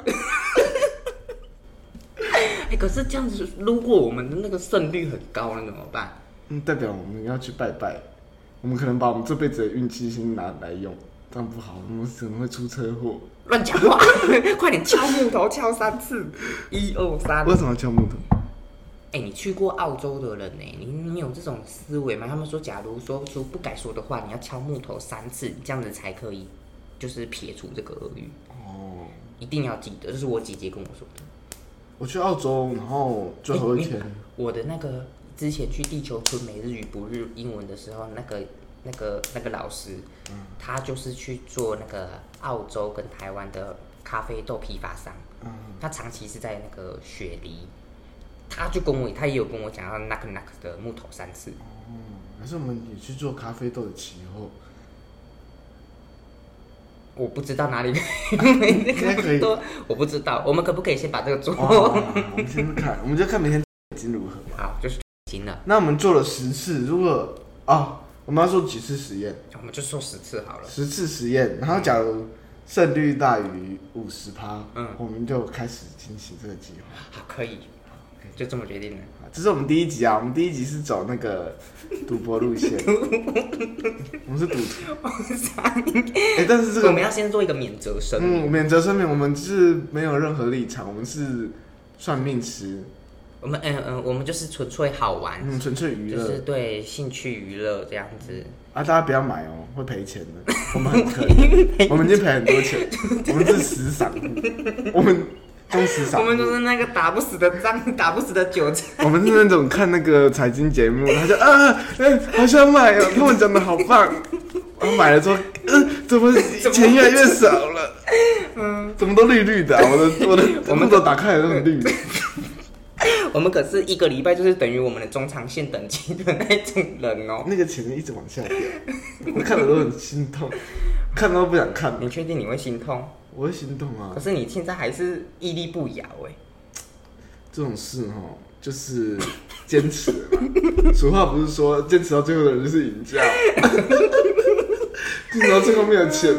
[SPEAKER 3] 哎，可是这样子，如果我们的那个胜率很高，那怎么办？
[SPEAKER 1] 嗯，代表我们要去拜拜，我们可能把我们这辈子的运气先拿来用，这样不好，我们可能会出车祸。
[SPEAKER 3] 乱讲话， 快点敲木头敲三次，一二三。
[SPEAKER 1] 为什么要敲木头？
[SPEAKER 3] 哎、你去过澳洲的人呢、你你有这种思维吗？他们说，假如说出不该说的话，你要敲木头三次，这样子才可以，就是撇除这个俄语，
[SPEAKER 1] 哦，
[SPEAKER 3] 一定要记得。这是我姐姐跟我说的。哎
[SPEAKER 1] 我去澳洲，然后最后一天。
[SPEAKER 3] 我的那个之前去地球村每日语不日英文的时候，那个那个那个老师，
[SPEAKER 1] 嗯
[SPEAKER 3] 他就是去做那个澳洲跟台湾的咖啡豆批发商，
[SPEAKER 1] 嗯
[SPEAKER 3] 他长期是在那个雪梨，他就跟我他也有跟我讲到 knock knock 的木头三次，
[SPEAKER 1] 还是我们也去做咖啡豆的期货，
[SPEAKER 3] 我不知道 哪里
[SPEAKER 1] 应该可以。
[SPEAKER 3] 多，我不知道，我们可不可以先把这个做好？
[SPEAKER 1] 哦，我们先去看，我们就看明天已经如何。
[SPEAKER 3] 就是行了，
[SPEAKER 1] 那我们做了十次，如果啊、我们要做几次实验？
[SPEAKER 3] 我们就说十次好了。
[SPEAKER 1] 十次实验，然后假如胜率大于五十趴，
[SPEAKER 3] 嗯
[SPEAKER 1] 我们就开始进行这个计划。
[SPEAKER 3] 好，可以，就这么决定了。
[SPEAKER 1] 啊这是我们第一集啊，我们第一集是走那个赌博路 线，我们是赌徒。哎、但是这
[SPEAKER 3] 我们
[SPEAKER 1] 个，
[SPEAKER 3] 要先做一个免责声明，
[SPEAKER 1] 嗯，免责声明，我们是没有任何立场，我们是算命师，
[SPEAKER 3] 我们嗯嗯，我们就是纯粹好玩，
[SPEAKER 1] 嗯，纯粹娱
[SPEAKER 3] 就
[SPEAKER 1] 乐、
[SPEAKER 3] 是对兴趣娱乐这样子。
[SPEAKER 1] 啊，大家不要买哦，会赔钱 的。我们很可怜，我们已经赔很多钱，我们是死散 户，我们忠实散
[SPEAKER 3] 我
[SPEAKER 1] 户，
[SPEAKER 3] 们就是那个打不死的蟑， 打不死的韭菜。
[SPEAKER 1] 我们是那种看那个财经节目，他就啊，哎、好想买哦，他们讲的好棒，然后买了之后，嗯、怎么钱越来越少了？嗯，怎么都绿绿的啊、我的我的 我们都打开来都很绿。
[SPEAKER 3] 我们可是一个礼拜就是等于我们的中长线等级的那种人哦。
[SPEAKER 1] 那个钱一直往下掉，我看了都很心痛，看都不想看，
[SPEAKER 3] 你确定你会心痛？
[SPEAKER 1] 我会心痛啊
[SPEAKER 3] 可。是你现在还是屹立不摇哎、
[SPEAKER 1] 这种事哦，就是坚持嘛。俗话不是说坚持到最后的人就是赢家，坚持到最后没有钱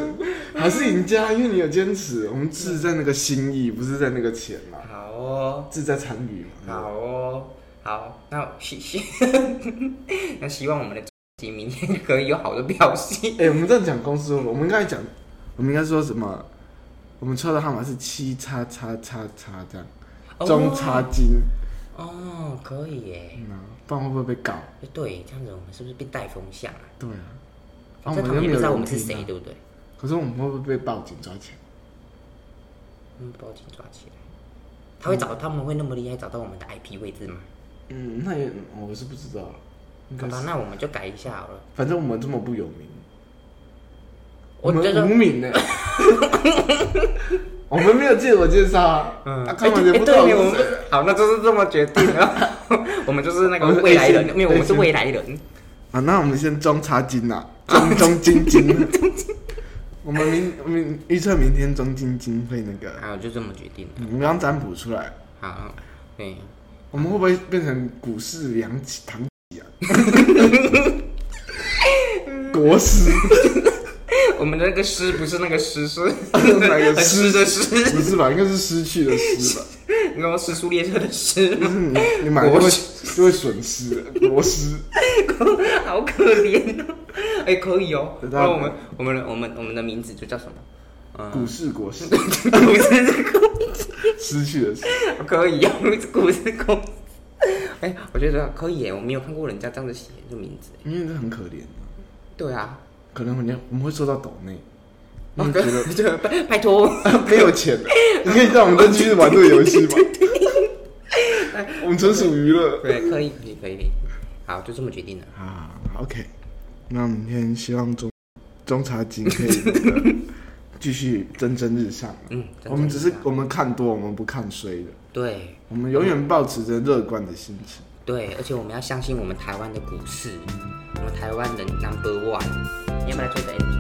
[SPEAKER 1] 还是赢家，因为你有坚持。我们志在那个心意，不是在那个钱嘛，
[SPEAKER 3] 好哦，
[SPEAKER 1] 志在参与嘛。
[SPEAKER 3] 好哦，好，那希希， 那希望我们的专辑明天可以有好的表现。
[SPEAKER 1] 哎、我们这样讲公司，我们应该讲，我们应该说什么？我们抽的号码是七叉叉叉叉这样，中叉金，
[SPEAKER 3] 哦，可以耶。
[SPEAKER 1] 嗯啊，不然会不会被告？
[SPEAKER 3] 哎对，这样子我们是不是被带风向啊？
[SPEAKER 1] 对啊，啊，
[SPEAKER 3] 反
[SPEAKER 1] 我
[SPEAKER 3] 正他
[SPEAKER 1] 们
[SPEAKER 3] 们
[SPEAKER 1] 又没
[SPEAKER 3] 也
[SPEAKER 1] 有
[SPEAKER 3] 不哦知道我
[SPEAKER 1] 人
[SPEAKER 3] 们
[SPEAKER 1] 听
[SPEAKER 3] 是谁，
[SPEAKER 1] 啊
[SPEAKER 3] 对不对？
[SPEAKER 1] 可是我们会不会被报警抓起来？
[SPEAKER 3] 嗯，报警抓起来。他会找他们会那么厉害找到我们的 IP 位置吗？
[SPEAKER 1] 嗯，那也我是不知道，应
[SPEAKER 3] 好
[SPEAKER 1] 该
[SPEAKER 3] 吧，
[SPEAKER 1] 是。
[SPEAKER 3] 那我们就改一下好了。
[SPEAKER 1] 反正我们这么不有名，
[SPEAKER 3] 我
[SPEAKER 1] 们
[SPEAKER 3] 觉得
[SPEAKER 1] 无名 呢、我们没有自我介绍啊，嗯，啊、看完
[SPEAKER 3] 哎
[SPEAKER 1] 也
[SPEAKER 3] 对
[SPEAKER 1] 不知
[SPEAKER 3] 对
[SPEAKER 1] 道我
[SPEAKER 3] 我
[SPEAKER 1] 们
[SPEAKER 3] 们
[SPEAKER 1] 是
[SPEAKER 3] 不
[SPEAKER 1] 谁。
[SPEAKER 3] 是好，那就是这么决 定了。我们就是那个
[SPEAKER 1] 我们是
[SPEAKER 3] 未来人
[SPEAKER 1] A，群
[SPEAKER 3] 没有，我们是
[SPEAKER 1] A 群
[SPEAKER 3] 未来人。
[SPEAKER 1] 啊，那我们先中插金呐、 中中金金。我们明明预测明天中金金会那个，
[SPEAKER 3] 好，啊就这么决定了。
[SPEAKER 1] 我们刚占卜出来，
[SPEAKER 3] 好，对，
[SPEAKER 1] 我们会不会变成股市两起堂起啊？国师
[SPEAKER 3] 我们的那个诗不是那个 诗，是
[SPEAKER 1] 哪个
[SPEAKER 3] 诗
[SPEAKER 1] 诗
[SPEAKER 3] 的诗，
[SPEAKER 1] 不是吧？应该是失去的失吧。
[SPEAKER 3] 你知道失速列车的诗
[SPEAKER 1] 就
[SPEAKER 3] 吗？
[SPEAKER 1] 是你你买了
[SPEAKER 3] 国
[SPEAKER 1] 就会就会损失啊的螺丝，
[SPEAKER 3] 好可怜哦。哎，可以哦。
[SPEAKER 1] 知道
[SPEAKER 3] 那我们我们的我们我们的名字就叫什么？
[SPEAKER 1] 股市国市
[SPEAKER 3] 股市
[SPEAKER 1] 失去了失，
[SPEAKER 3] 可以哦，股市公司。哎，我觉得可以耶，我没有看过人家这样子写这名字。
[SPEAKER 1] 因为这很可怜啊
[SPEAKER 3] 对啊，
[SPEAKER 1] 可能我们我们会收到抖内，那
[SPEAKER 3] 我
[SPEAKER 1] 你觉得
[SPEAKER 3] 得 拜拜 托。
[SPEAKER 1] 没有钱了，你可以让我们再继续玩这个游戏吗？我们纯属娱乐
[SPEAKER 3] 对，可以，可以，可以，可以好，就这么决定了。
[SPEAKER 1] 啊。OK，那明天希望中中茶金可以那 个继续蒸蒸日上。啊
[SPEAKER 3] 嗯，真的
[SPEAKER 1] 我们只是
[SPEAKER 3] 这样
[SPEAKER 1] 我们看多，我们不看衰的，
[SPEAKER 3] 对
[SPEAKER 1] 我们永远保持着乐观的心情。
[SPEAKER 3] 对，而且我们要相信我们台湾的股市，我们台湾的 number one。你要不要来做一个 ending？